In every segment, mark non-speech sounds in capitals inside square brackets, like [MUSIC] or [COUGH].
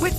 With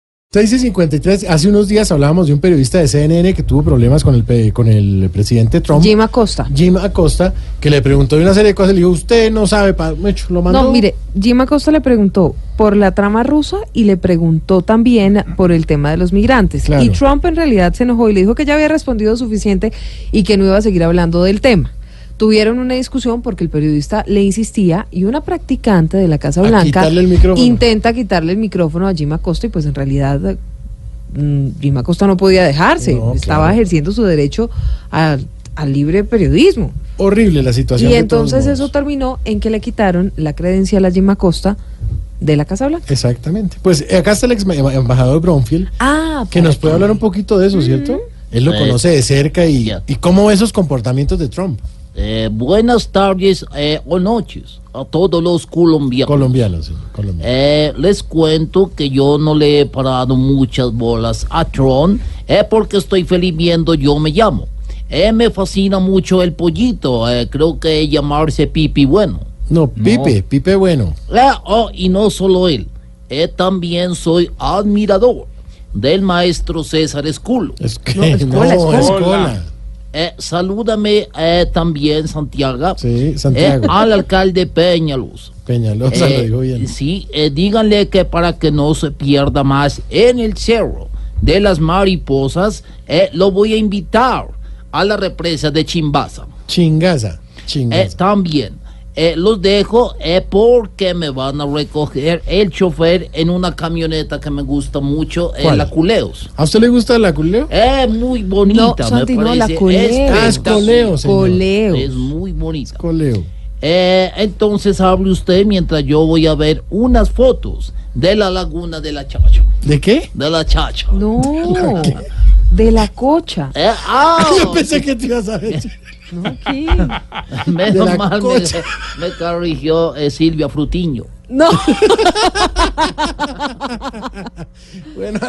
6 y 53, hace unos días hablábamos de un periodista de CNN que tuvo problemas con el, pe- con el presidente Trump, Jim Acosta. Jim Acosta, que le preguntó de una serie de cosas, le dijo, usted no sabe, pa-". Mecho, lo mandó. No, mire, Jim Acosta le preguntó por la trama rusa y le preguntó también por el tema de los migrantes. Claro. Y Trump en realidad se enojó y le dijo que ya había respondido suficiente y que no iba a seguir hablando del tema. Tuvieron una discusión porque el periodista le insistía y una practicante de la Casa A Blanca quitarle el micrófono. intenta quitarle el micrófono a Jim Acosta y pues en realidad eh, mm, Jim Acosta no podía dejarse, No, estaba claro. ejerciendo su derecho a- al libre periodismo. Horrible la situación. Y de todos entonces modos. eso terminó en que le quitaron la credencial a Jim Acosta de la Casa Blanca. Exactamente. Pues eh, acá está el ex ma- embajador Bronfield, Ah, que nos puede hablar un poquito de eso, ¿cierto? Él lo Sí. conoce de cerca y, Ya. y cómo ve esos comportamientos de Trump, Eh, buenas tardes eh, o noches a todos los colombianos. colombianos. sí, colombianos. Eh, les cuento que yo no le he parado muchas bolas a Tron eh, porque estoy feliz viendo Yo Me Llamo. Eh, me fascina mucho el pollito, eh, creo que llamarse Pipi Bueno. No, Pipe, Pipe bueno. Eh, oh, y no solo él, eh, también soy admirador del maestro César Esculo. Es que No, [LAUGHS] Escola, no, Escola. Escola. Eh, salúdame eh, también Santiago, Sí, eh, Santiago. al alcalde Peñaluz. Peñalosa Eh, lo dijo bien. Sí, eh, díganle que para que no se pierda más en el cerro de las mariposas, eh, lo voy a invitar a la represa de Chimbaza. Chingaza. Eh, Chingaza. también eh, los dejo eh, porque me van a recoger el chofer en una camioneta que me gusta mucho, eh, ¿Cuál? la Culeos. ¿A usted le gusta la culeo? Es muy bonita, No, me Santi, no, la parece Culeos. Ah, es espectacular. coleo, señor. Coleo. Es muy bonita. Coleo. Eh, entonces hable usted mientras yo voy a ver unas fotos de la laguna de la Chacha. ¿De qué? De la Chacha. No, [LAUGHS] de la cocha. Eh, ah, Yo pensé que te ibas a decir. No, ¿qué? de menos la mal me, cocha. me corrigió eh, Silvia Frutiño. No. [LAUGHS] Bueno,